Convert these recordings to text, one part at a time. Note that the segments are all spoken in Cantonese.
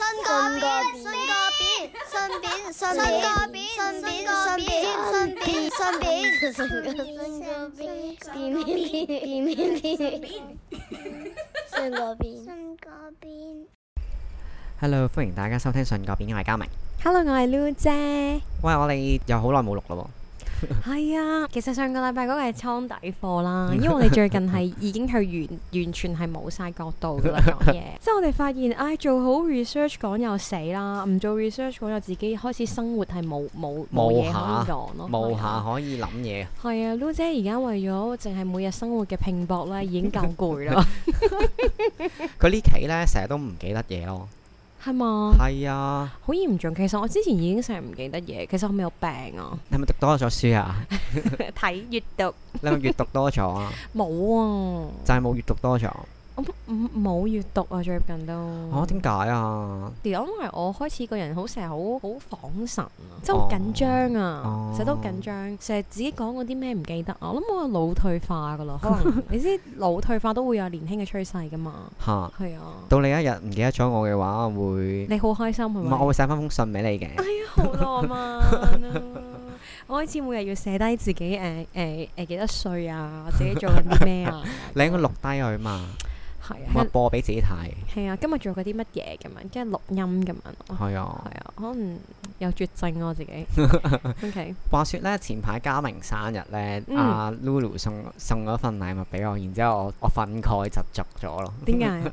信個便，信個便，信個便，信個便，信便，信便，信個便，信個便，便便便便便便，信個便，信個便。 Hello，歡迎大家收聽信個片，我係嘉明。 Hello，我係 Lu 姐。喂，我哋又好耐冇錄啦係啊，其實上個禮拜嗰個係倉底 貨啦，因為我哋最近係已經係完完全係冇晒角 度噶啦講嘢，即係我哋發現，唉，做好 research 講又死啦，唔做 research 講又自己開始生活係冇冇冇嘢可冇下以講咯，喎，冇係下啊。可以諗嘢。係啊，Lu 姐而家為咗淨係每日生活嘅拼搏咧，已經夠攰 啦，佢呢期呢，成日都唔記得嘢咯。係嘛？係啊，好嚴重。其實我之前已經成日唔記得嘢，其實我咪有病 啊， 你係咪讀多咗書啊？睇閱讀你係咪閱讀多咗啊？冇啊。就係冇閱讀多咗。我唔嗯冇閱讀啊，最近都。哦，點解啊？因為我開始個人好成日好好晃神啊，即係好緊張哦啊，成日都緊張，成日自己講嗰啲咩唔記得啊。我諗我腦退化噶啦， 可能你知腦退化都會有年輕嘅趨勢噶嘛。嚇，係啊，到你一日唔記得咗我嘅話，我會你好開心係唔咪？係我會寫翻封信俾你嘅。 好浪漫啊！ 我開始每日要寫低自己誒誒誒幾多歲啊，自己做緊啲 咩啊？你應該錄低佢嘛，係我啊播俾自己睇。係啊，今日做過啲乜嘢咁樣，跟住錄音咁樣。係啊係。啊，可能有絕症啊我自 己。OK，話說咧，前排嘉明生日咧，嗯阿 Lulu 送送咗份禮物俾我，然之後我我憤慨窒著咗咯。點解？啊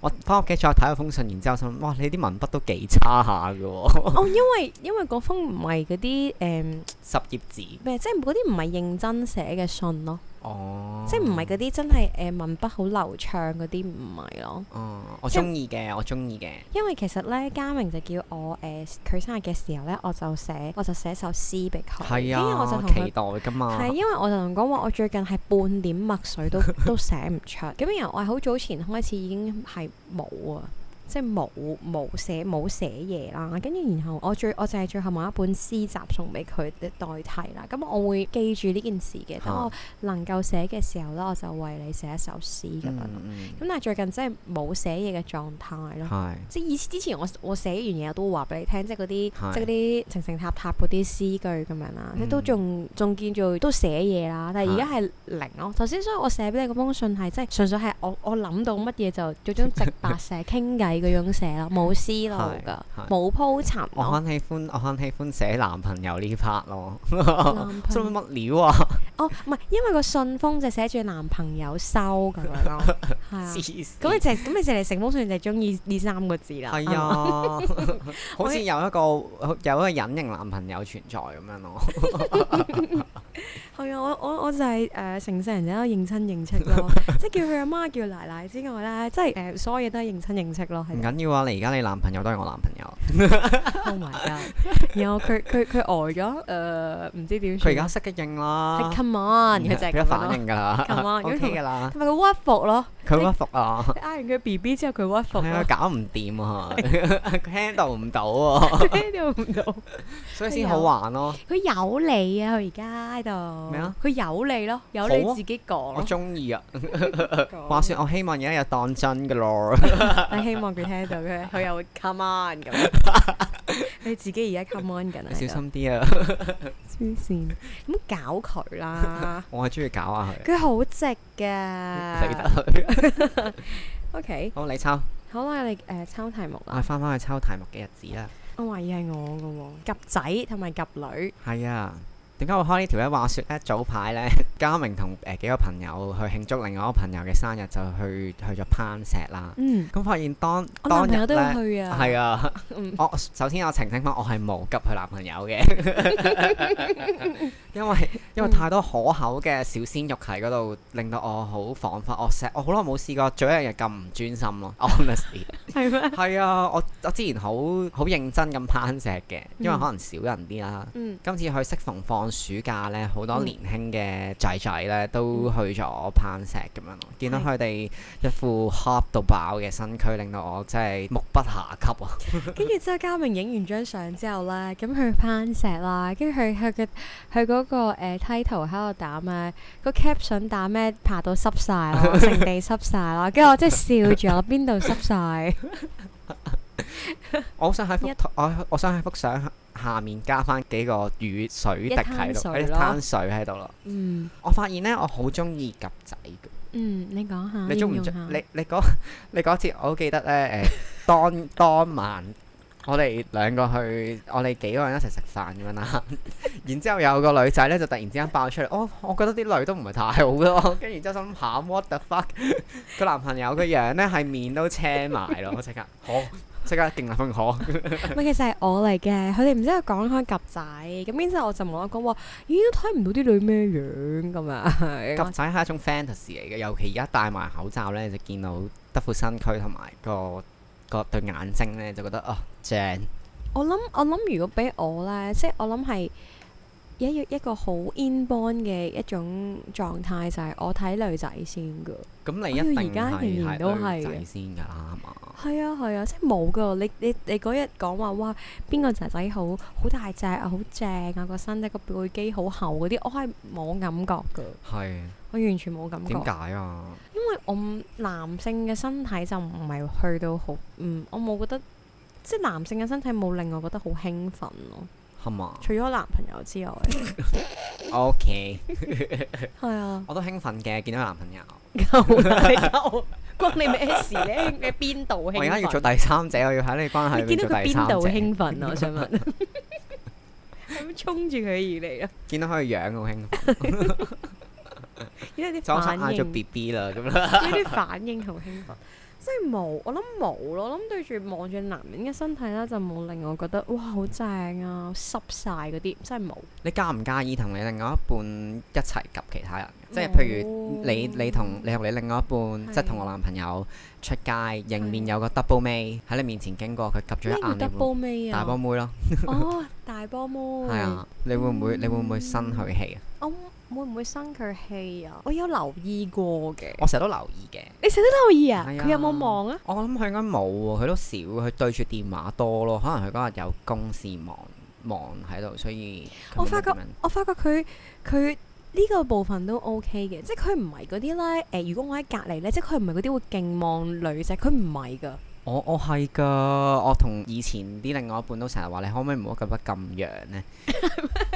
我翻屋企再睇嗰封信，然之後心諗，哇！你啲文筆都幾差下嘅喎， 哦，因為因為嗰封唔係嗰啲誒十頁字。咩，即係嗰啲唔係認真寫嘅信咯，哦，即係唔係嗰啲真係誒、呃文筆好流暢嗰啲唔係咯。哦，我即係中意嘅，我中意嘅。因為其實咧，嘉明就叫我誒佢、生日嘅時候咧，我就寫我就寫首詩俾佢，係跟哦住我啊就，同佢期待㗎嘛。係，因為我就同佢講話，我最近係半點墨 水都都寫唔出。咁然後我係好早前開始已經係冇啊，即係冇冇寫冇寫嘢啦。跟住然後我最我就係最後買一本詩集送俾佢代替啦。咁我會記住呢件事嘅。嚇等我能夠寫嘅時候咧，我就為你寫一首詩咁樣咯。咁、嗯但係最近真係冇寫嘢嘅狀態嗯咯。係即係以前之前我我寫完嘢我都話俾你聽，即係嗰係啲即係嗰啲情情塔塔嗰啲詩句咁樣啦，即係都嗯仲仲叫做都寫嘢啦，但係而家係零咯。頭先所以我寫俾你嗰封信係即係純粹係我我諗到乜嘢就做張直白寫傾偈嗰樣 寫咯，冇思路㗎係係，冇鋪陳我咯。很喜歡，我很喜歡寫男朋友呢 part 咯。男 做朋乜料啊？哦，唔係因為個信封就寫住男朋友收咁樣咯， 係啊。黐線咁你就係咁你就嚟成封信就係中意呢三個字啦。係 啊，好似有一個有一個隱形男朋友存在咁樣咯。係啊，我我我就係、誒成世人就喺度認親認戚 咯，即係叫佢阿媽叫奶奶之外咧，即係誒、呃所有嘢都係認親認戚咯，唔係。緊要啊，你而家你男朋友都係我男朋友， Oh my god！然後佢佢佢呆咗誒，呃唔知點佢而算。家識得應啦係。come on，佢就係俾咁咗樣咯反應㗎啦 Come on，如果，OK 同㗎 啦，同埋佢屈服咯，佢屈服啊，佢嗌完佢 B B 之後佢屈服係啊，咯，搞唔掂啊， 佢 handle 唔到啊， 佢 handle 唔到。所以先好玩咯。佢有你啊！佢而家喺度。咩啊？佢有你咯，有好啊你自己講我咯。中意啊，講話說我希望有一日當真㗎咯，我希望佢聽到佢，佢又會 come on 咁樣。 佢自己而家 come on 緊啊！小喺度心啲啊，！黐線，咁搞佢啦 我係中意搞下佢，佢好直理㗎。 得佢。 O K，好，你抽，好啦，我哋誒抽題目我係啦。翻返去抽題目嘅日子啦。我懷疑係我㗎喎，及仔同埋及女。係啊，點解我開呢條咧？話說咧，早排 咧，嘉明同誒幾個朋友去慶祝另外一個朋友嘅生日，就去去咗攀石啦。嗯，咁發現當我當日男朋友都咧。要去啊。係啊，嗯我首先我澄清翻，我係冇急佢男朋友嘅，因為因為太多可口嘅小鮮肉喺嗰度，令到我好彷彿，我成我好耐冇試過做一樣嘢咁唔專心咯，honestly 係咩？係啊，我我之前好好認真咁攀石嘅，因為可能少人啲啦。嗯今次去適逢放暑假咧，好多年輕嘅仔仔咧都去咗攀石咁樣咯，見到佢哋一副 hot 到爆嘅身軀，令到我真係目不暇給啊！跟住之後，嘉明影完張相之後咧，咁佢攀石啦，跟住佢佢嘅佢嗰個誒 title 喺度打咩，個 caption 打咩爬到濕 晒啦，成地濕晒啦，跟住我真係笑咗，邊度濕晒？我好想喺幅一圖我我想喺幅相下下面加翻幾個雨水滴喺度，一灘水一咯灘水喺度咯。嗯我發現咧，我好中意鴿仔嘅。嗯，你講下，你中唔形中容？下你你嗰 你嗰次我好記得咧，誒當 當晚我哋兩個去，我哋幾個人一齊食飯咁樣啦。 然之後有個女仔咧就突然之間爆出嚟，我我覺得啲女都唔係太好咯。 跟住然之後心諗嚇 what the fuck？佢 男朋友嘅樣咧係面都青埋咯，我即刻可即刻勁立風可。 咪其實係我嚟嘅，佢哋唔知係講開鴿仔，咁然之後我就無啦啦講話，咦都睇唔到啲女咩樣咁鴿啊！仔係一種 fantasy 嚟嘅，尤其而家戴埋口罩咧，就見到德副身軀同埋個個對眼睛咧，就覺得啊正。我諗我諗，如果俾我咧，即係我諗係一一個好 inborn 嘅一種狀態，就係我睇女仔先㗎。咁你一定哎呀而家仍然係都係女係仔先㗎啦，係嘛？係啊係啊，即係冇噶！你你你嗰日講話哇，邊個仔仔好好大隻啊，好正啊，個身體個背肌好厚嗰啲，我係冇感覺噶，係我完全冇感覺。點解啊？因為我唔男性嘅身體就唔係去到好，嗯，我冇覺得，即係男性嘅身體冇令我覺得好興奮咯。係嘛除咗男朋友之 外， ？OK，係啊，我都興奮嘅，見到男朋友。夠啦，你夠， 關你咩事咧？你邊度興奮？我而家要做第三者，我要喺你關係你裏面見做到佢第邊三度者。興奮啊？我 想問，咁衝住佢而嚟啊！見到佢個樣好興奮，因啊為啲就我想反嗌應咗，B B 啦咁啦。因為啲反應好興奮，即係冇，我諗冇咯，我諗對住望住男人嘅身體啦，就冇令我覺得哇好正啊，濕晒嗰啲，真係冇。你介唔介意同你另外一半一齊及其他人哦嘅？即係譬如冇你你同你同你另外一半，即係同我男朋友出街，迎面有個 double 妹喺你面前經過，佢及咗咩一叫眼，你會 double 尾啊？大波妹咯， 哦，大波妹。係係。啊，你會唔會嗯你會唔會生佢氣啊？我會唔會生佢氣啊？我有留意過嘅。我成日都留意嘅。你成日都留意啊？係啊佢有冇望啊？我諗佢應該冇喎，佢都少，佢對住電話多咯。可能佢嗰日有公事忙忙喺度，所以佢我冇乜發覺點樣我發覺佢佢呢個部分都 OK 嘅，即係佢唔係嗰啲咧。誒、如果我喺隔離咧，即係佢唔係嗰啲會勁望女仔，佢唔係㗎。我我係㗎，我同以前啲另外一半都成日話你可唔可以唔好及得咁樣呢？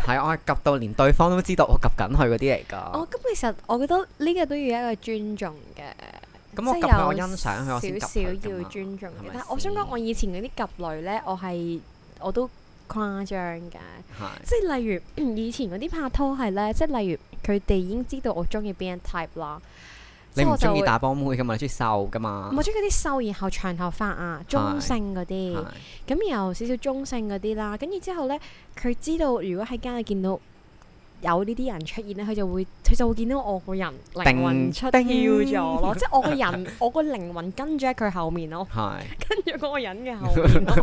係啊我係及到連對方都知道我及緊佢嗰啲嚟㗎哦，。咁其實我覺得呢個都要一個尊重嘅。咁我及即係佢，有我欣賞佢，我先及少少佢㗎要嘛尊重係嘅咪。但係我想講，我以前嗰啲及女咧，我係我都誇張㗎。係即係例如 以前嗰啲拍拖係咧，即係例如佢哋已經知道我中意邊一 type 啦，你即係唔我就中意會大波妹㗎嘛？你中意瘦㗎嘛唔？係中意嗰啲瘦然後長頭髮啊，中性嗰啲，係咁然後少少中性嗰啲啦，跟住之後咧，佢知道如果喺街度見到。有呢啲人出現咧，佢就會佢就會見到我個人靈魂出叮竅咗咯，即係我個 人我個靈魂跟住喺佢後面咯， 係跟住嗰個人嘅後面 咯。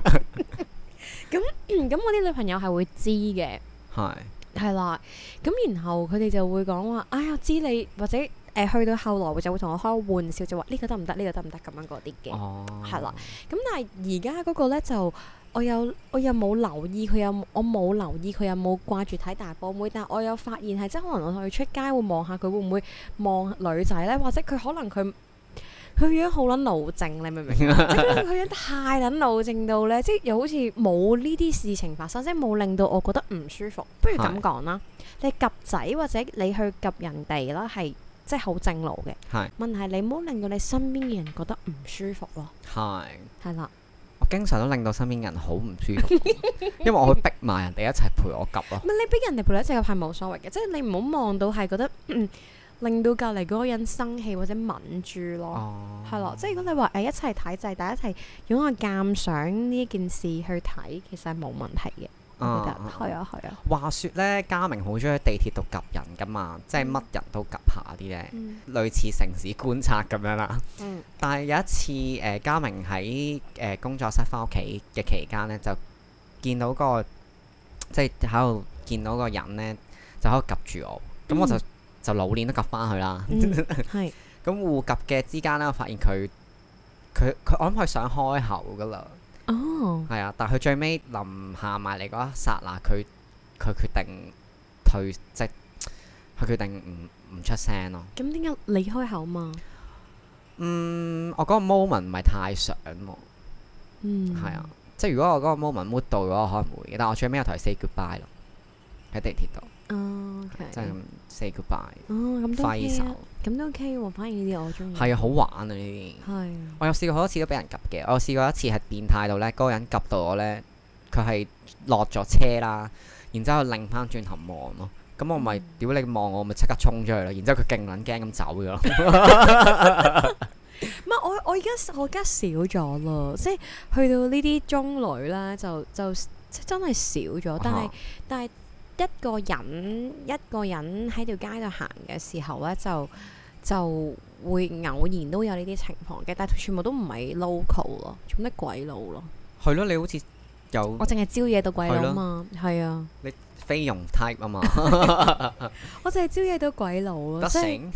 咁咁我啲女朋友係會知嘅，係係啦，咁然後佢哋就會講話，哎呀，知你或者誒、呃去到後來就會同我開玩笑，就話呢個得唔得，呢、個得唔得咁樣嗰啲嘅。咁、哦，係啦但係而家嗰個咧就我有我又冇留意佢有我冇留意佢有冇掛住睇大波妹，但係我有發現係即係可能我同佢出街會望下佢會唔會望女仔咧，或者佢可能佢。佢樣好撚老正，你明唔明？啊 即係佢樣太撚老正到咧，即係又好似冇呢啲事情發生，即係冇令到我覺得唔舒服。不如咁係講啦，你及仔或者你去及人哋啦，係即係好正路嘅。係問題你唔好令到你身邊嘅人覺得唔舒服咯，係。係啦。我經常都令到身邊人好唔舒服，因為我會逼埋人哋一齊陪我及咯唔。係你俾人哋陪你一齊入係冇所謂嘅，即係你唔好望到係覺得、嗯令到隔離嗰個人生氣或者敏住咯。哦，係咯，即係如果你話哎誒一齊睇就係大家一齊用個鑑賞呢一件事去睇，其實係冇問題嘅，我覺得嗯係啊係啊，話說咧，嘉明好中意喺地鐵度及人噶嘛，即係乜人都及下啲咧，嗯類似城市觀察咁樣啦。 嗯但係有一次，誒、嘉明喺誒工作室翻屋企嘅期間咧，就見到個即係喺度見到個人咧，就喺度及住我，咁我就、就老練都及翻佢啦。 嗯係咁互及嘅之間咧，我發現佢佢佢，我諗佢想開口噶啦，哦係啊，但係佢最尾臨下埋嚟嗰一剎那，佢佢決定退，即係佢決定唔唔出聲咯。咁點解你開口嘛？嗯，我嗰個 moment 唔係太想喎，嗯，係啊，即係如果我嗰個 moment mood 到嘅話，我可能會嘅，但我最尾我同佢 say goodbye 咯，喺地鐵度，哦係，OK，真係咁 say goodbye，哦，咁都揮 OK 啊嗯手，，咁都 OK 喎，反而呢啲我中意，係啊，好玩啊呢啲。係啊我有試過好多次都俾人及嘅，我有試過一次係變態到咧，嗰、個人及到我咧，佢係落咗車啦，然之後擰翻轉頭望咯。咁我嗯咪屌你望我，咪即刻衝出去咯。然之後佢勁撚驚咁走咗咯。 唔係我我而家我而家少咗咯，即係去到呢啲中女啦，就就即真係啊少咗。但係但係一個人一個人喺條街度行嘅時候咧，就就會偶然都有呢啲情況嘅，但係全部都唔係 local 咯，全部都鬼佬咯。係咯，你好似有我淨係招惹到鬼嗯係佬咯嘛，係啊，菲傭 type 啊 嘛，我淨係招惹到鬼佬咯，得即係。 醒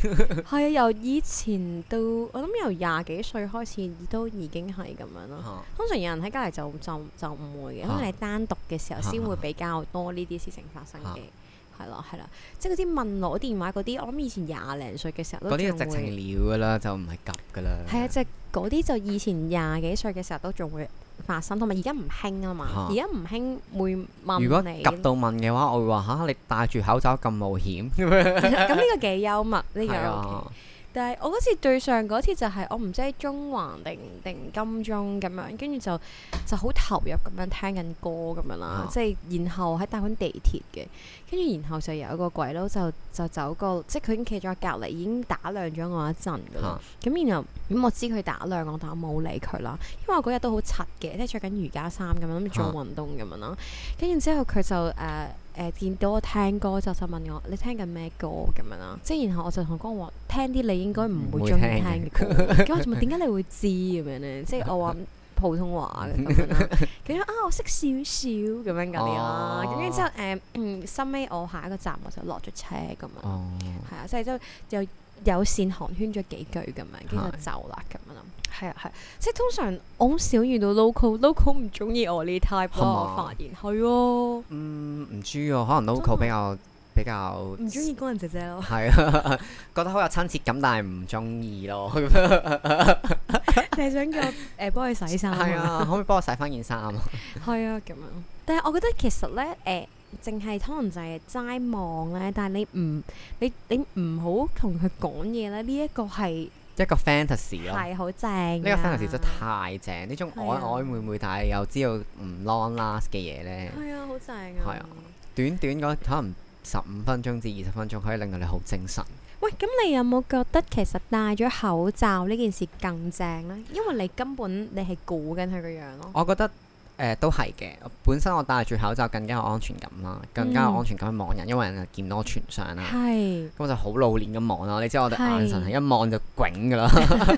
係啊，由以前到我諗由廿幾歲開始都已經係咁樣咯。啊通常有人喺隔離就就就唔會嘅，因為啊你單獨嘅時候啊先啊會啊比較多呢啲事情發生啊嘅。係啦，係啦，即係嗰啲問攞電話嗰啲，我諗以前廿零歲嘅時候嗰都啲就仲直情會撩噶啦，就唔係及噶啦。係啊，即係嗰啲就以前廿幾歲嘅時候都仲會發生，同埋而家唔興啊嘛啊，而家唔興會啊問你。如果及到問嘅話，我會話吓你戴住口罩咁冒 險咁樣。咁呢個幾幽默呢個係 OK。啊，但係我嗰次對上嗰次就係我唔知喺中環定定金鐘咁樣，跟住就就好投入咁樣聽緊歌咁樣啦啊，即係然後喺搭緊地鐵嘅，跟住然後就有一個鬼佬就就走過，即係佢已經企咗我隔離，已經打量咗我一陣㗎啦 啊。咁然後咁我知佢打量我，但我冇理佢啦，因為我嗰日都好柒嘅，即係着緊瑜伽衫咁樣，諗住做啊運動咁樣啦。跟住之後佢就誒誒、見到我聽歌就就問我你聽緊咩歌咁樣啦，即係然後我就同佢講話聽啲你應該唔會中意聽嘅歌，咁我就問點解你會知咁樣咧？即係我話普通話嘅咁樣啦，佢話啊我識少少咁樣嗰啲哦啦，咁跟住之後誒嗯，收尾我下一個站我就落咗車咁樣，哦，係啊，即係都有有線寒暄咗幾句咁樣，跟住就係走啦咁樣咯。係啊係，即係通常我好少遇到 local，local 唔中意我呢 type 係咯，嘛我發現係喎。嗯，唔知喎，可能真係 local 比較比較唔中意工人姐姐 咯，係啊， 覺得好有親切感，但係唔中意 咯。咁啊樣你係想叫 我誒幫佢洗衫？係，啊，可唔可以幫我洗翻件衫啊？ 係啊，咁樣。但係我覺得其實咧，誒、淨係可能就係齋望咧，但係你唔你你唔好同佢講嘢咧，呢、一個係一個 fantasy 咯，係好啊正。呢呢個 fantasy 真係太正，呢種曖曖昧昧，但係又知道唔 long last 嘅嘢呢，係啊，好正啊。係啊短短嗰可能十五分鐘至二十分鐘，可以令到你好精神。喂，咁你有冇覺得其實戴咗口罩呢件事更正咧？因為你根本你係估緊佢個樣咯。我覺得誒、呃都係嘅，本身我戴住口罩更加有安全感啦，更加有嗯安全感去望人，因為人就見到我全相啦。係咁我就好老練咁望啦，你知我哋係眼神係一望就囧噶啦，就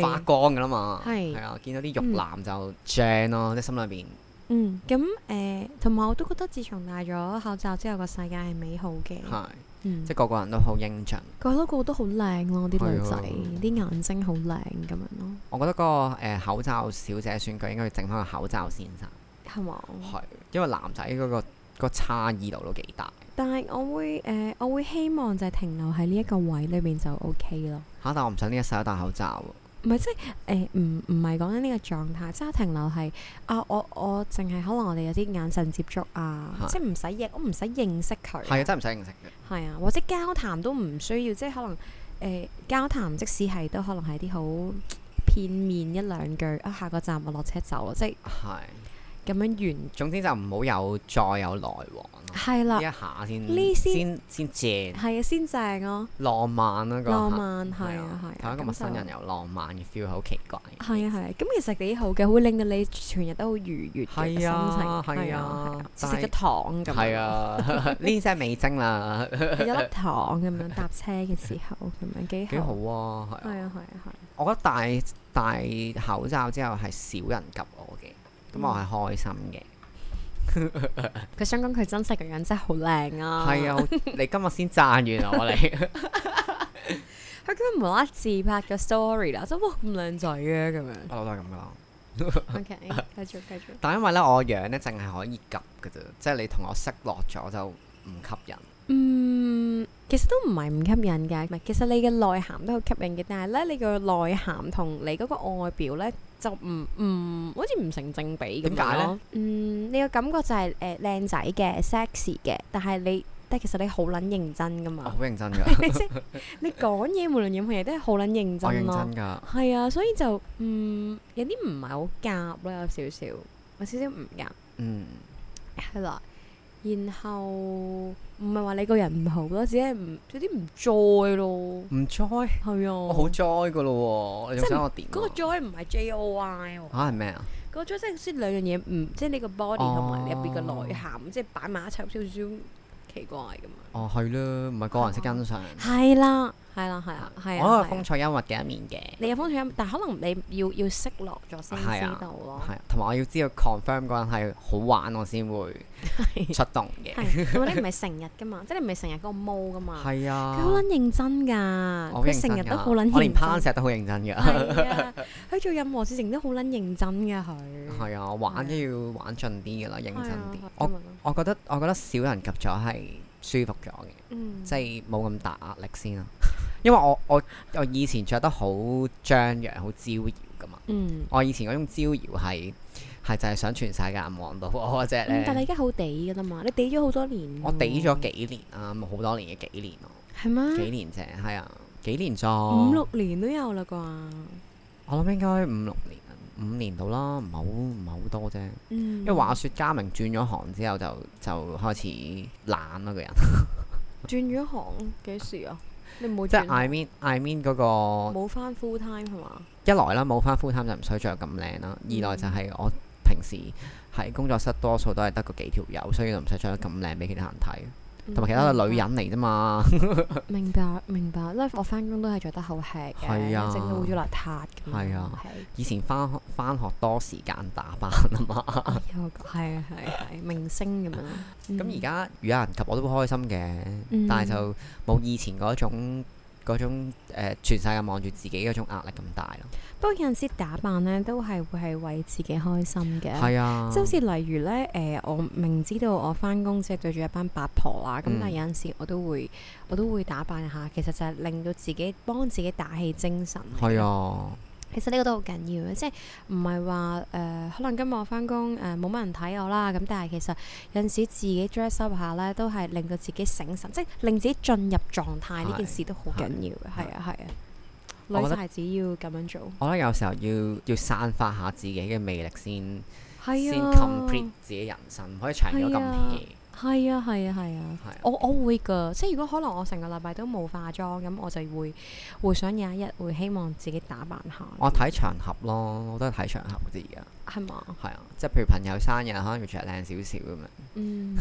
發係，光噶啦嘛，係係啊，見到啲玉男就正咯，即係心裏邊嗯，咁誒，同埋我都覺得自從戴咗口罩之後，個世界係美好嘅。係，嗯即係個個人都好英俊。個個都好靚咯，啲女係啊仔啲眼睛好靚咁樣咯，我覺得嗰個呃口罩小姐選舉應該要整翻個口罩先生，係嘛？係因為男仔嗰個個差異度都幾大但係我會誒、呃我會希望就係停留喺呢一個位裏面就 O K 咯。嚇，但我唔想呢一世都戴口罩喎。唔係即係誒，唔唔係講緊呢個狀態，即係停留係啊！我我淨係可能我哋有啲眼神接觸啊，係即係唔使認，我唔使認識佢，係啊，真係唔使認識嘅。係啊，或者交談都唔需要，即係可能誒、呃交談，即使係都可能係啲好嗯片面一兩句啊，下個站我落車走咯，即係係，咁樣完總之就唔好有再有來往咯。係啦呢一。下啊呢先先先先正係啊，先正咯，浪漫啊啦，嗰下浪漫係啊係啊睇一個陌生人咁有浪漫嘅 feel 係好奇怪。係啊係啊，咁其實幾好嘅，會令到你全日都好愉悅嘅心情，係啊係係啊啊係啊，食但係咗糖咁，係，啊， 呢隻味精啦，有 粒糖咁樣搭車嘅時候咁樣幾幾好啊，係啊係啊係啊係啊，我覺得戴戴口罩之後係少人及我嘅，咁嗯我係開心嘅。佢想講佢真實嘅樣真係好靚啊，係啊，，好你今日先讚完啊我 嚟，佢今日無啦啦自拍嘅 story 啦，真哇咁靚仔嘅 咁樣我老豆係咁噶啦。 ，OK，繼續繼續，但因為咧，我樣咧淨係可以及嘅啫，即係你同我識落咗就唔吸引。嗯。嗯，其實都唔係唔吸引㗎，唔係其實你嘅內涵都好吸引嘅，但係咧你個內涵同你嗰個外表咧就唔唔好似唔成正比咁點解樣咧咯。嗯，你個感覺就係誒靚仔嘅 sexy 嘅，但係你但係其實你好撚認啊 真㗎我嘛好，認真㗎，你即係你講嘢無論任何嘢都係好撚認我真認咯。真㗎。係啊，所以就嗯有啲唔係好夾咯，有少少有少少唔夾。嗯，係啦，然後唔係話你個人唔好咯，只係唔有啲唔 joy 咯，唔 joy，係啊，我好 joy 㗎咯喎，你仲想我點啊？嗰個 joy 唔係 J O Y 喎，嚇係咩啊？嗰個 joy 即係先兩樣嘢唔即係你個 body 哦同埋你入邊嘅內涵，即係擺埋一齊有少少奇怪咁樣。哦係啦，唔係個人識欣賞。係啦，係啦，係啊，係我都有啊，風趣幽默嘅一面嘅。你有風趣，但可能你要要識落咗先係啊知道咯。係啊，同埋我要知道 confirm 嗰陣係好玩，我先會出動嘅。係，同埋你唔係成日噶嘛，即係你唔係成日嗰個毛噶嘛。係啊，佢好撚認真㗎，我好認佢真成日㗎都好撚認真。我連攀石都好認真㗎。係啊，佢做任何事情都好撚認真嘅佢。係啊，我玩都要玩盡啲㗎啦，認真啲係啊。我係啊我覺得我覺得少人及咗係舒服咗嘅，嗯，即係冇咁大壓力先啦。因為我我我以前着得好張揚，好招搖㗎嘛。嗯，我以前嗰種招搖係係就係想全世界人望到 我嗰只嗯但你而咧。家好地㗎啦嘛，你地咗好多年㗎喎。我抵咗幾年啊，冇好多年嘅幾年咯，係咩？幾年啫，係啊，幾年咋？嗯五六年都有啦啩。我諗應該五六年，五年到啦，唔係好唔係好多啫。嗯，因為話說嘉明轉咗行之後就就開始懶啦個人，嗯轉咗行幾時啊？你冇即轉係行 I mean I mean 嗰個冇翻 full time 係嘛？一來啦，冇翻 full time 就唔使着咁靚啦；嗯二來就係我平時喺工作室多數都係得個幾條友，所以就唔使着得咁靚俾其他人睇，Ừ, 同埋其他都係女人嚟啫嘛。明白明白，因為我翻工都係做得好吃嘅，係啊整到好咗邋遢咁樣。係啊係，以前翻翻學多時間打扮啊嘛，哎呀我係啊係啊係明星咁樣。咁而家如果有人及我都會開心嘅，嗯但係就冇以前嗰種嗰種、呃、全世界望住自己嗰種壓力咁大咯。不過有陣時打扮咧，都係會係為自己開心嘅。係啊，即係好似例如咧，誒、我明知道我翻工只係對住一班八婆啊啦，咁、嗯但係有陣時我都會，我都會打扮下，其實就係令到自己幫自己打氣精神。係，啊，其實呢個都好緊要嘅，即係唔係話誒，可能今日我翻工誒冇乜人睇我啦，咁但係其實有陣時自己 dress up 下咧，都係令到自己醒神，即係令自己進入狀態呢件事都好緊要嘅，係啊係啊，我覺女得孩子要咁樣做，我覺得有時候要要散發下自己嘅魅力先。係啊，先 complete 自己人生，唔可以長咗咁係啊 hea。係啊係啊係啊係啊！我我會㗎，即係如果可能我成個禮拜都冇化妝，咁我就會會想有一日會希望自己打扮下，我睇場合咯，我都係睇場合啲㗎，係嘛？係啊，即係譬如朋友生日，可能要着靚少少咁樣。嗯，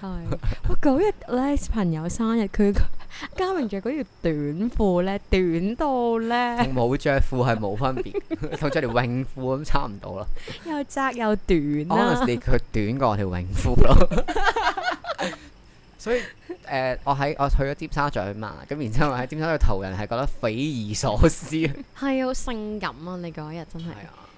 係。我嗰日咧朋友生日，佢個 嘉明着嗰條短褲咧，短到咧同冇着褲係冇分別， 同着條泳褲咁差唔多啦。又窄又短啊啦、 Honestly，佢短過我條泳褲 咯。所以誒、呃我喺我去咗尖沙咀嘛，咁然之後喺尖沙咀途人係覺得匪夷所思。係係啊好性感啊！你嗰日真係。啊，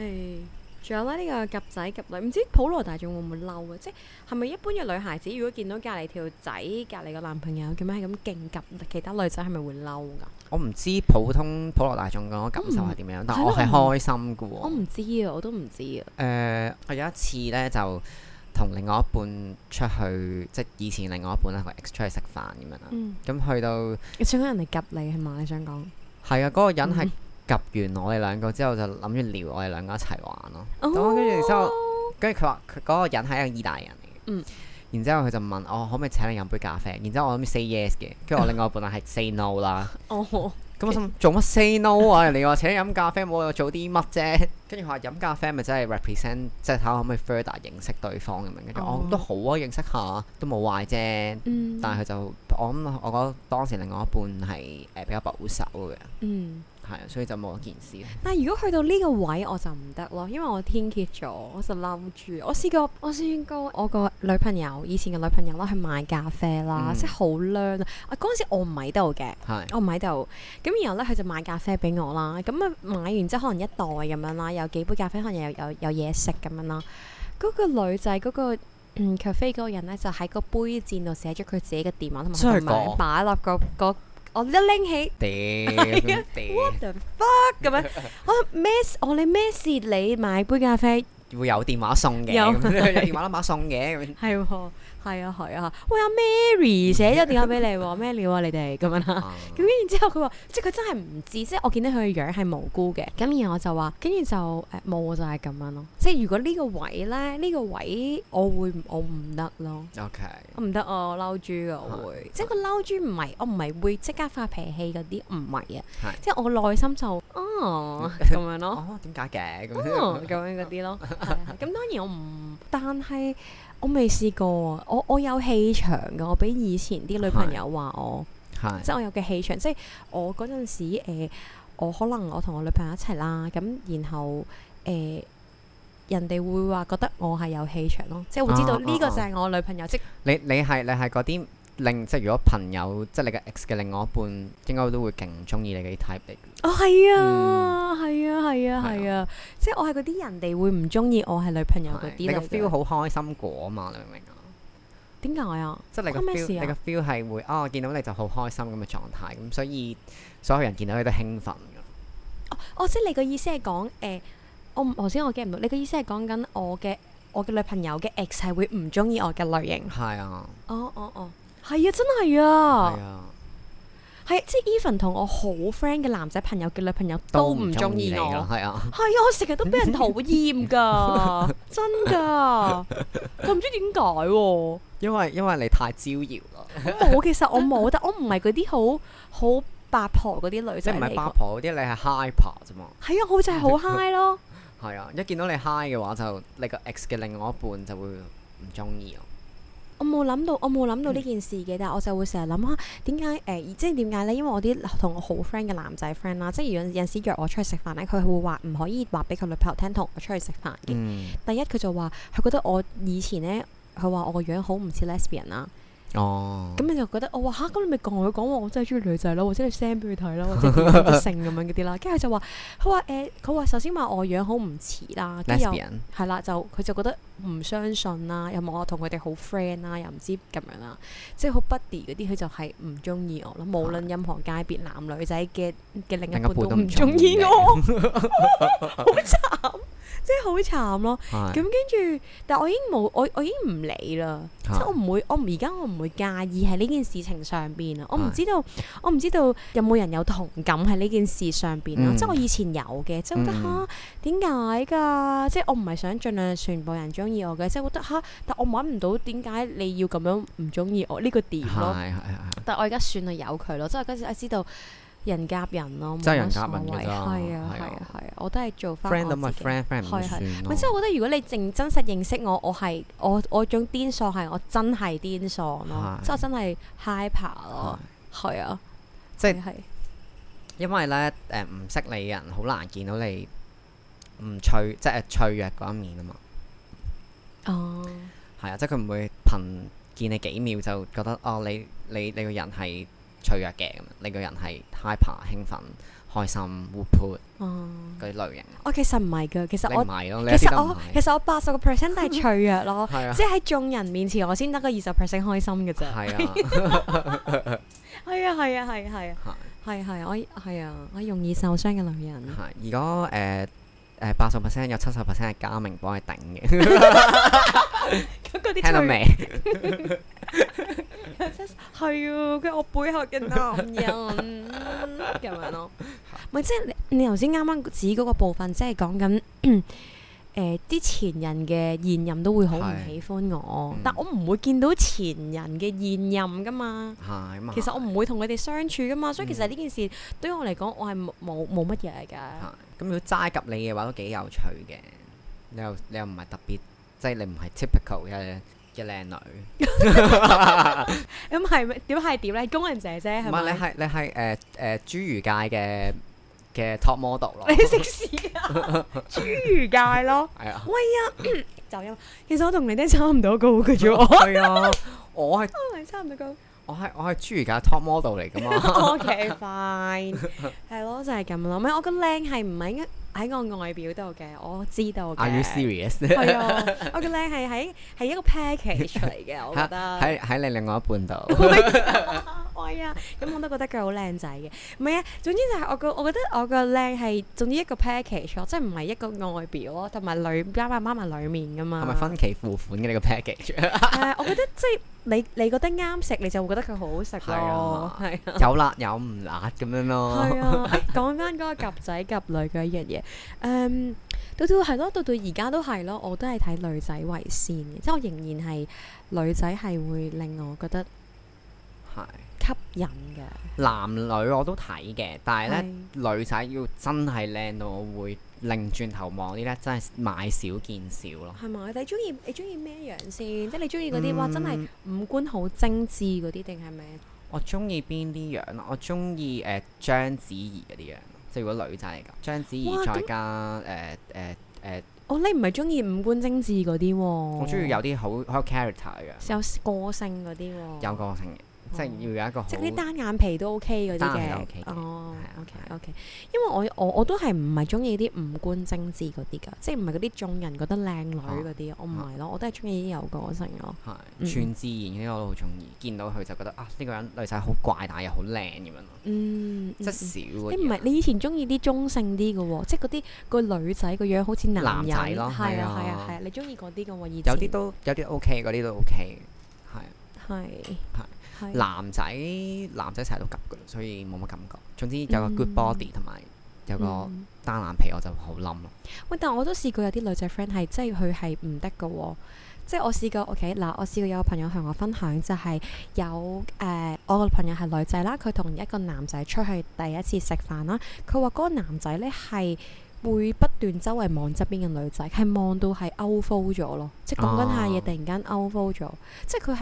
係，仲有咧呢、個夾仔夾女，唔知普羅大眾會唔會嬲啊？即係係咪一般嘅女孩子，如果見到隔離條仔、隔離個男朋友咁樣係咁勁夾其他女仔，係咪會嬲㗎？我唔知普通普羅大眾嗰個感受係點樣，但我係係咯開心㗎喎。我唔知啊，我都唔知啊。誒、我有一次咧就同另外一半出去，即係以前另外一半啦，個 ex 出去食飯咁樣啦。嗯，咁、去到你想講人哋夾你係嘛？你想講？係啊，嗰、個人嗯係及完我哋兩個之後，就諗住撩我哋兩個一齊玩咯。哦咁跟住之後，跟住佢話佢嗰個人係一個意大利人嚟嘅。嗯然之後佢就問我可唔可以請你飲杯咖啡，然之後我諗住 say yes 嘅，跟住我另外一半係 say no 啦。 哦，咁我心諗做乜 say no 啊？人哋話請你飲咖啡，冇我做啲乜啫？跟住佢話飲咖啡咪真係 represent，即係睇下可唔可以 further 認識對方咁樣。跟住我哦咁都好啊，認識下都冇壞啫。嗯，但係佢就我諗，我覺得當時另外一半係誒、比較保守嘅，嗯，係啊，所以就冇一件事。但係如果去到呢個位我就唔得咯，因為我天蝎座，我就嬲住。我試過，我試過我個女朋友以前嘅女朋友啦，去買咖啡啦，嗯即係好靚啊！啊嗰陣時我唔喺度嘅。 係我唔喺度，咁然後咧佢就買咖啡俾我啦，咁啊買完之後可能一袋咁樣啦，有幾杯咖啡，可能有有有嘢食咁樣啦。嗰、個女仔嗰、個嗯 cafe 嗰個人咧就喺個杯墊度寫咗佢自己嘅電話同埋真係佢買㗎擺落個個我一拎起。屌，屌 the fuck 咁 樣，我咩事我你咩事？你買杯咖啡會有電話送嘅，有咁樣有電話 number 送嘅，咁樣係喎，係啊係啊，喂阿 Mary 寫咗電話俾你喎，咩料啊你 哋咁樣啦。啊咁然之後佢話，即係佢真係唔知，即係我見到佢嘅樣係無辜嘅。咁然後我就話，跟住就誒冇、就係咁樣咯。即係如果呢個位咧，呢、個位我會我唔得咯。 OK，我唔得啊我嬲豬噶，我會即係個嬲豬唔係，我唔係會即刻發脾氣嗰啲，唔係啊係，即係我內心就 哦咁樣咯，哦，點解嘅咁哦咁樣？樣嗰 啲咯。係啊啊係咁當然我唔，但係我未試過啊，我我有氣場噶，我俾以前啲女朋友話我。係即係我有嘅氣場，即係我嗰陣時誒、我可能我同我女朋友一齊啦，咁然後誒、人哋會話覺得我係有氣場咯，即係會知道啊呢個啊就係我女朋友，即你你係你係嗰啲另即係如果朋友即係你嘅 ex 嘅另外一半，應該都會勁中意你嘅 type 嚟。哦係啊嗯係啊係啊係啊，即係我係嗰啲人哋會唔中意我係女朋友嗰係啲你個嚟 feel 嘅。好開心果啊嘛，你明唔明啊？點解啊？即係你個關咩事 feel，啊你個 feel 係會啊，我見到你就好開心咁嘅狀態，咁所以所有人見到你都興奮㗎。哦，即係你個意思係講誒，我唔頭先我 get 唔到，你個意思係講緊我嘅我嘅女朋友嘅 ex 係會唔中意我嘅類型。係啊，哦哦哦，係啊，真係啊係。啊，係，即係 even 同我好 friend 嘅男仔朋友嘅女朋友都都唔唔中中意意你我。㗎，係係啊。啊，我成日都俾人討厭 㗎，真㗎。佢唔知點 解喎。因為因為你太招搖啦， 冇，其實我冇，但我唔係嗰啲好好八婆嗰啲女即仔係唔嚟係八㗎。婆嗰啲，你係 hyper 啫嘛。係啊，我就係好 high 咯。係啊，一見到你 high 嘅話，就你個 ex 嘅另外一半就會唔中意我。我冇諗到，我冇諗到呢件事嘅，但係我就會成日諗下點解誒，即係點解咧？因為我啲同我好 friend 嘅男仔 friend 啦，即係有有陣時約我出去食飯咧，佢會話唔可以話俾佢女朋友聽同我出去食飯嘅。嗯，第一佢就話佢覺得我以前咧，佢話我個樣好唔似 lesbian 啦，哦，咁你就覺得我話吓，咁你咪同佢講話我真係中意女仔咯，或者你 send 俾佢睇啦，或者點樣個性咁樣嗰啲啦，跟住佢就話佢話誒，佢話首先話我樣好唔似啦，跟住又 lesbian 係啦，就佢就覺得唔相信啦，又冇我同佢哋好 friend 啦，又唔知咁樣啦，即係好 buddy 嗰啲，佢就係唔中意我咯，無論任何界別男女仔嘅嘅另一半都唔中意我，好 慘，即係好慘咯。咁係跟住，但我已經冇，我我已經唔理啦，即係係我唔會，我唔而家我唔會介意喺呢件事情上邊啊！我唔係知道，我唔知道有冇人有同感喺呢件事上邊啦。嗯即係我以前有嘅，即係覺得嗯吓點解㗎？即係我唔係想盡量全部人中意我嘅，即係覺得吓，但我揾唔到點解你要咁樣唔中意我呢個點咯。係係係。但我而家算係有佢咯，即係嗰陣時我知道人夾人咯，真係冇乜人夾人所謂㗎咋係啊係係啊啊係啊，我都係做翻 friend 咁咪 friend，friend 唔係係算咪即係咯。我覺得如果你淨真實認識我，我係我我種癲喪係我真係癲喪咯，係即係我真係 hyper 咯，係啊，即係係係因為咧誒唔識你嘅人好難見到你唔脆即係脆弱嗰一面啊嘛。哦，係啊，即係佢唔會憑見你幾秒就覺得哦，你你你個人係脆弱嘅咁樣，你個人係 hyper 興奮、開心、活潑哦，嗰啲類型。啊我哦其實唔係㗎，其你實唔我係咯，你一其啲實都唔我其係。實我八十個 percent 都係脆弱咯， 係啊，即係喺眾人面前我先得個二十 percent 開心嘅啫， 係啊。係啊係啊係啊係啊係係係我係啊我容易受傷嘅女人，係，如果誒誒八十 percent 有七十 percent 係家明幫你頂嘅， 咁 嗰啲聽到脆未？係啊，佢係我背後嘅男人嗯咁樣咯。 唔係即係你你頭先啱啱指嗰個部分，即係講緊 誒啲前人嘅現任都會好唔係喜歡我嗯，但我唔會見到前人嘅現任噶嘛。係咁啊。其實我唔會同佢哋相處噶嘛，所以其實嗯呢件事對於我嚟講，我係冇冇冇乜嘢㗎。係咁，如果齋及你嘅話，都幾有趣嘅。你又你又唔係特別，即係你唔係 typical 嘅嘅靚女。咁係咪點係點咧？工人姐姐唔係係咪你？係你係誒誒侏儒界嘅嘅 top model 咯 你，食屎啊！ 侏儒界咯，係 啊， 就因其實我同你都差唔多高 嘅啫喎，我係啊，我係同你差唔多高。哦我係我係侏儒界 top model 嚟噶嘛， O K fine，係咯，就係咁咯。咩？我個靚係唔係應該喺我外表度嘅，我知道嘅。 Are you serious？係啊，我嘅靚係喺係一個 package 嚟 嘅，我覺得。喺喺你另外一半 度，係啊，咁我都覺得佢好靚仔嘅。唔係啊，總之就係我個，我覺得我個靚係總之一個 package 咯，即係唔係一個外表咯，同埋裏加埋孖埋裡面噶嘛。係咪分期付款嘅呢個 package？誒，我覺得即係你你覺得啱食，你就會覺得佢好好食係咯啊，哦係啊。 有辣有唔辣咁樣咯。係啊，誒講翻嗰個夾仔夾女嗰一樣嘢，誒、嗯到到係咯，到到而家都係咯，我都係睇女仔為先嘅，即係我仍然係女仔係會令我覺得係吸引嘅，男女我都睇嘅，但係咧。係女仔要真係靚到我會擰轉頭望啲咧，真係買少見少咯。係咪？你中意你中意咩樣先？即係你中意嗰啲哇，真係嗯五官好精緻嗰啲，定係咩？我中意邊啲樣啊？我中意誒章子怡嗰啲樣，即係如果女仔嚟講，章子怡哇再咁加呃誒誒誒，哦，你唔係中意五官精緻嗰啲喎，我我中意有啲好好有 character 嘅，有個性嗰啲喎，有個性嘅，哦即係要有一個好即係啲單眼皮都 OK 嗰啲單眼皮嘅。都 OK 嘅哦係啊，OK 係 OK，因為我我我都係唔係中意啲五官精緻嗰啲㗎，即係唔係嗰啲眾人覺得靚女哦嗰啲，我唔係咯，我都係中意啲有個性咯。嗯係全自然嘅，我都好中意。見到佢就覺得啊，呢個人女仔好怪，但係又好靚咁樣咯，嗯，即係嗯少嗯嗰你唔啲。係啊你以前中意啲中性啲嘅喎，即係嗰啲個女仔個樣好似男男人，仔係咯啊係係啊啊係啊，你中意嗰啲嘅喎，以前有啲都有啲 OK，嗰啲都 OK 嘅，係。係係男仔男仔成日都急噶啦，所以冇乜感覺。總之有個 good 嗯 body 同埋有個嗯單眼皮我就好冧咯。喂，但我都試過有啲女仔 friend 係，即係佢係唔得嘅喎。即係我試過，OK 嗱，呃我試過有個朋友向我分享，就係、有誒、呃我個朋友係女仔啦，佢同一個男仔出去呃第一次食飯啦，佢話嗰個男仔呢係會不斷周圍望側邊嘅女仔，係望到係 out 咗咯，即係講緊下嘢哦突然間 out 咗，即係佢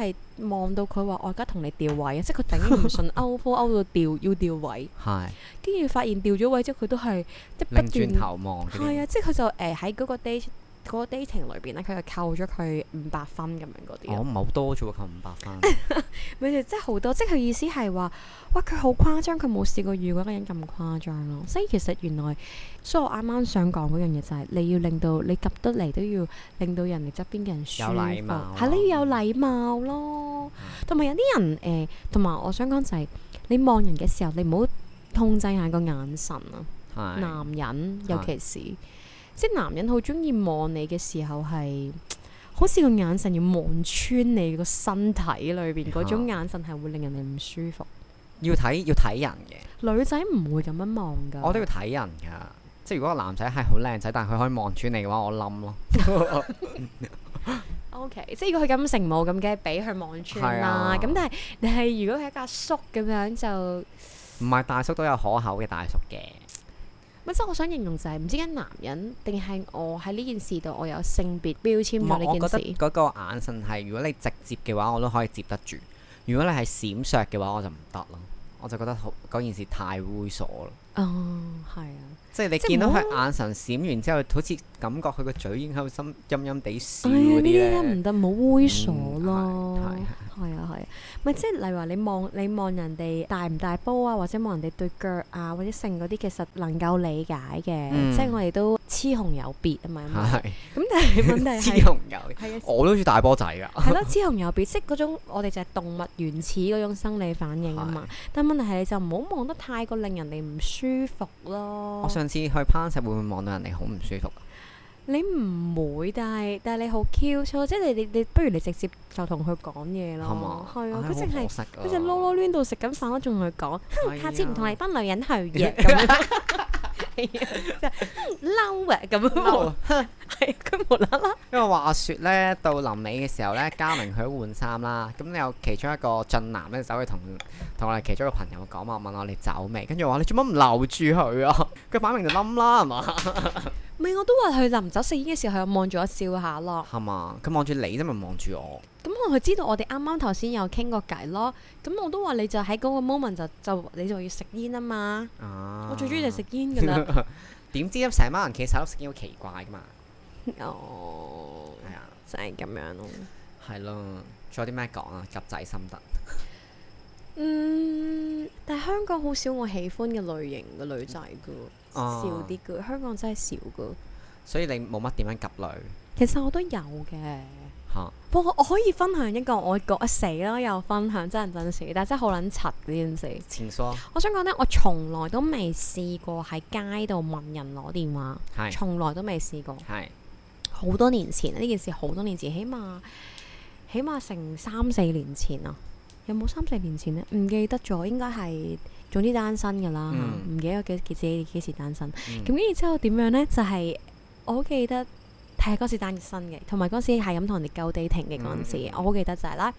係望到佢話我而家同你調位，即係佢頂唔順 out out 到調要調位，係跟住發現調咗位之後，佢都係即係擰不斷轉。頭望嗰係啲啊，即係佢就誒喺嗰個 date 嗰個 dating 裏邊咧，佢就扣咗佢五百分咁樣嗰啲我咯。唔係好多啫喎，扣五百 分。咪就即係好多，即係佢意思係話，哇！佢好誇張，佢冇試過遇過一個人咁誇張咯。所以其實原來，所以我啱啱想講嗰樣嘢就係、你要令到你及得嚟都要令到人哋側邊嘅人舒服，有禮貌啊嗯咯係你要有禮貌咯。同埋有啲人誒，同、埋我想講就係、你望人嘅時候，你唔好控制下個眼神啊。係啊男人尤其是，即係男人好中意望你嘅時候係，好似個眼神要望穿你個身體裏邊嗰種眼神係會令人哋唔舒服。要睇要睇人嘅，女仔唔會咁樣望㗎，我都要睇人㗎。即係如果個男仔係好靚仔，但係佢可以望穿你嘅話，我冧咯。 O、k 即係如果佢咁成冇咁，梗係俾佢望穿啦。係啊咁、但係但係如果係一個阿叔咁樣就，唔係大叔都有可口嘅大叔嘅，咪即係我想形容就係、唔知點解男人定係我喺呢件事度我有性別標籤唔係咗我呢覺件事。得嗰個眼神係，如果你直接嘅話，我都可以接得住；如果你係閃爍嘅話，我就唔得咯。我就覺得好嗰件事太猥瑣咯。哦，係啊。即係你即係見到唔好佢眼神閃完之後，好似感覺佢個嘴已經喺度心陰陰地笑哎呀嗰啲呢啲咧咧唔，得，唔好猥瑣咯嗯係係。係啊係啊，咪即係例如話你望你望人哋大唔大波啊，或者望人哋對腳啊，或者剩嗰啲，其實能夠理解嘅。嗯即係我哋都雌雄有別啊嘛。係咁但係問題雌係雄有別。係啊，我都好似大波仔㗎，係咯，雌雄有別，即係嗰種我哋就係動物原始嗰種生理反應啊嘛。但問題係你就唔好望得太過令人哋唔舒服咯我。上次去攀石會唔會望到人哋好唔舒服？啊你唔會，但係但係你好 cute 咯，即係你你你不如你直接就同佢講嘢係咯嘛，？係啊，唉佢淨係。好可佢惜就啊撈撈攣到食緊飯都仲去講，係啊下次 唔同你班女人去 嘅咁樣，係啊，即係嬲啊咁樣，係佢無啦啦，因為話説咧，到臨尾嘅時候咧，嘉明佢都換衫啦，咁有其中一個俊男咧走去同同我哋其中一個朋友講話，問我哋走未，跟住我話你做乜唔留住佢啊？佢擺明就冧啦，係嘛？唔係我都話佢臨走食煙嘅時候，佢望咗笑下咯。係嘛？佢望住你啫，咪望住我。咁我佢知道我哋啱啱頭先有傾過偈咯。咁我都話你就喺嗰個 moment 就就你就要食煙啊嘛。啊！我最中意就係食煙㗎 啦。 點知成班人企晒喺度食煙好奇怪噶嘛？哦，係啊，就係咁樣咯。係咯。仲有啲咩講啊？夾仔心得嗯，但係香港好少我喜歡嘅類型嘅女仔噶，啊少啲噶。香港真係少噶。所以你冇乜點樣及女其實我都有嘅，嚇，不過我可以分享一個我覺得死啦，又分享真人真事，但係真係好撚柒呢件事。前疏我想講呢，我從來都未試過喺街度問人攞電話，係從來都未試過。係好多年前呢件事，好多年前，起碼起碼成三四年前啊，有冇三四年前呢？唔記得咗，應該係總之單身噶啦，嗯唔、記得幾幾自己幾時單身。嗯咁跟住之後點樣呢？就係、我好記得係嗰時單身嘅，同埋嗰時係咁同人哋夠 dating 嘅嗰陣時，嗯我好記得就係、啦。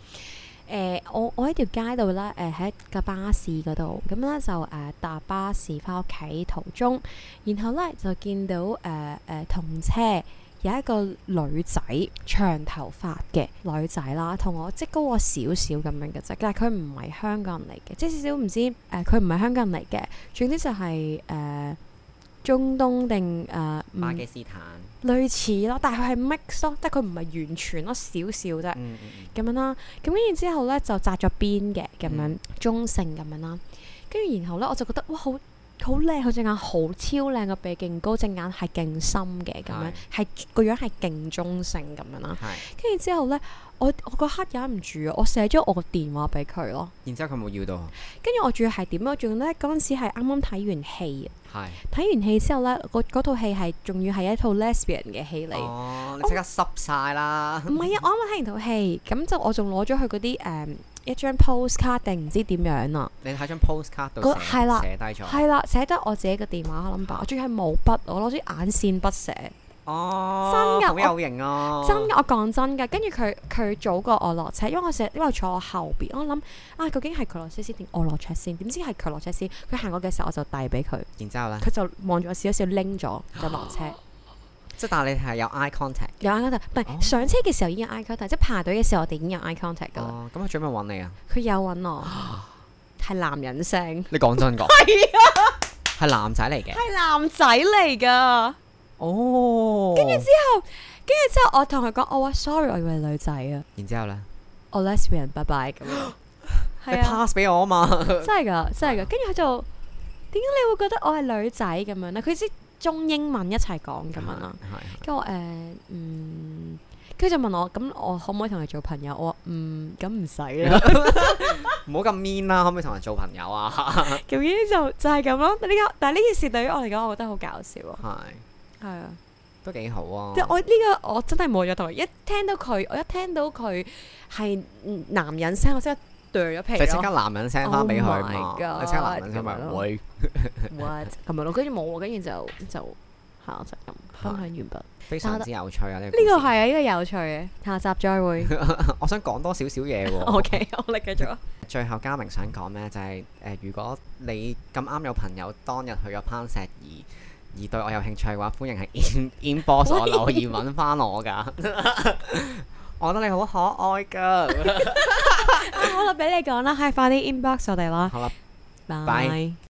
誒、我我喺條街度啦，誒、喺架巴士嗰度，咁咧就誒、搭巴士翻屋企途中，然後咧就見到誒誒、同車有一個女仔長頭髮嘅女仔啦，同我即高我少少咁樣嘅啫，但係佢唔係香港人嚟嘅，即係少少唔知誒佢唔係香港人嚟嘅，總之就係、誒呃中東定誒唔巴基斯坦，類似咯，但係佢係 mix 咯，即係佢唔係完全咯，少少啫。嗯嗯咁樣啦。咁跟住之後咧就紮咗邊嘅咁樣嗯中性咁樣啦。跟住然後咧我就覺得哇好好靚，佢隻眼好超靚，個鼻勁高，隻眼係勁深嘅咁樣，係個樣係勁中性咁樣啦嗯。係，跟住之後咧，我我嗰刻忍唔住啊，我寫咗我個電話俾佢咯。然之後佢冇要到，跟住我仲要係點咧？啊仲要咧嗰陣時係啱啱睇完戲啊，係睇完戲之後咧，嗰嗰套戲係仲要係一套 lesbian 嘅戲嚟。哦，你即刻濕晒啦， 唔係啊，我啱啱睇完套戲，咁就我仲攞咗佢嗰啲誒一張 postcard 定唔知點樣啊，你喺張 postcard 度嗰寫係啦寫低咗，係啦，寫得我自己嘅電話 number，我仲要係毛筆，我攞咗眼線筆寫，哦，真㗎好有型啊，真嘅，我講真嘅。跟住佢佢早過我落車，因為我成日因為我坐我後邊，我諗啊究竟係佢落車先定我落車先？點知係佢落車先，佢行過嘅時候我就遞俾佢，然之後咧，佢就望咗我少少拎咗就落車。哦即係但係你係有 eye contact，有 eye contact，唔係、哦上車嘅時候已經有 eye contact，即係排隊嘅時候我哋已經有 eye contact 噶啦。哦，咁佢準備揾你啊？佢有揾 我，係男人聲。你講 真講，係男仔嚟嘅，啊係男仔嚟噶。哦，跟住之跟住之後，我同佢講，我話 sorry，我以為女仔啊，然之後咧，我 lesbian，拜拜咁 樣。你係啊， pass 俾我啊嘛，真係㗎，真係㗎。跟住佢就點解你會覺得我係女仔咁樣咧？佢知中英文一齊講咁樣啊啦。係，跟住我誒、呃嗯，跟住就問我咁，我可唔可以同佢做朋友？我話嗯，咁唔使啦。 唔好咁 mean 啦，可唔可以同人做朋友啊？ 咁呢啲就就係咁咯。呢個但係呢件事對於我嚟講，我覺得好搞笑咯。係，係啊。都幾好啊，即係我呢、個我真係冇咗同佢，一聽到佢，我一聽到佢係男人聲，我即刻剁咗皮就即咯刻。男人 send 翻俾佢啊嘛 Oh my，god，你即刻男人 send 咁樣咪咯會 What？咁咪咯，跟住冇喎，跟住就就係啊就係咁分享完畢。呢非常之有趣啊！呢個個故事係啊，呢、個有趣嘅，哦下集再會。 我想講多少少嘢喎。 OK，我哋繼續啊。最後嘉明想講咩？就係、呃如果你咁啱有朋友當日去咗攀石而而對我有興趣嘅話，歡 迎係 in inbox 我留言揾翻我噶。 我覺得你好可愛㗎。啊好啦，俾你講啦，係快啲 inbox 我哋啦，好啦。拜拜。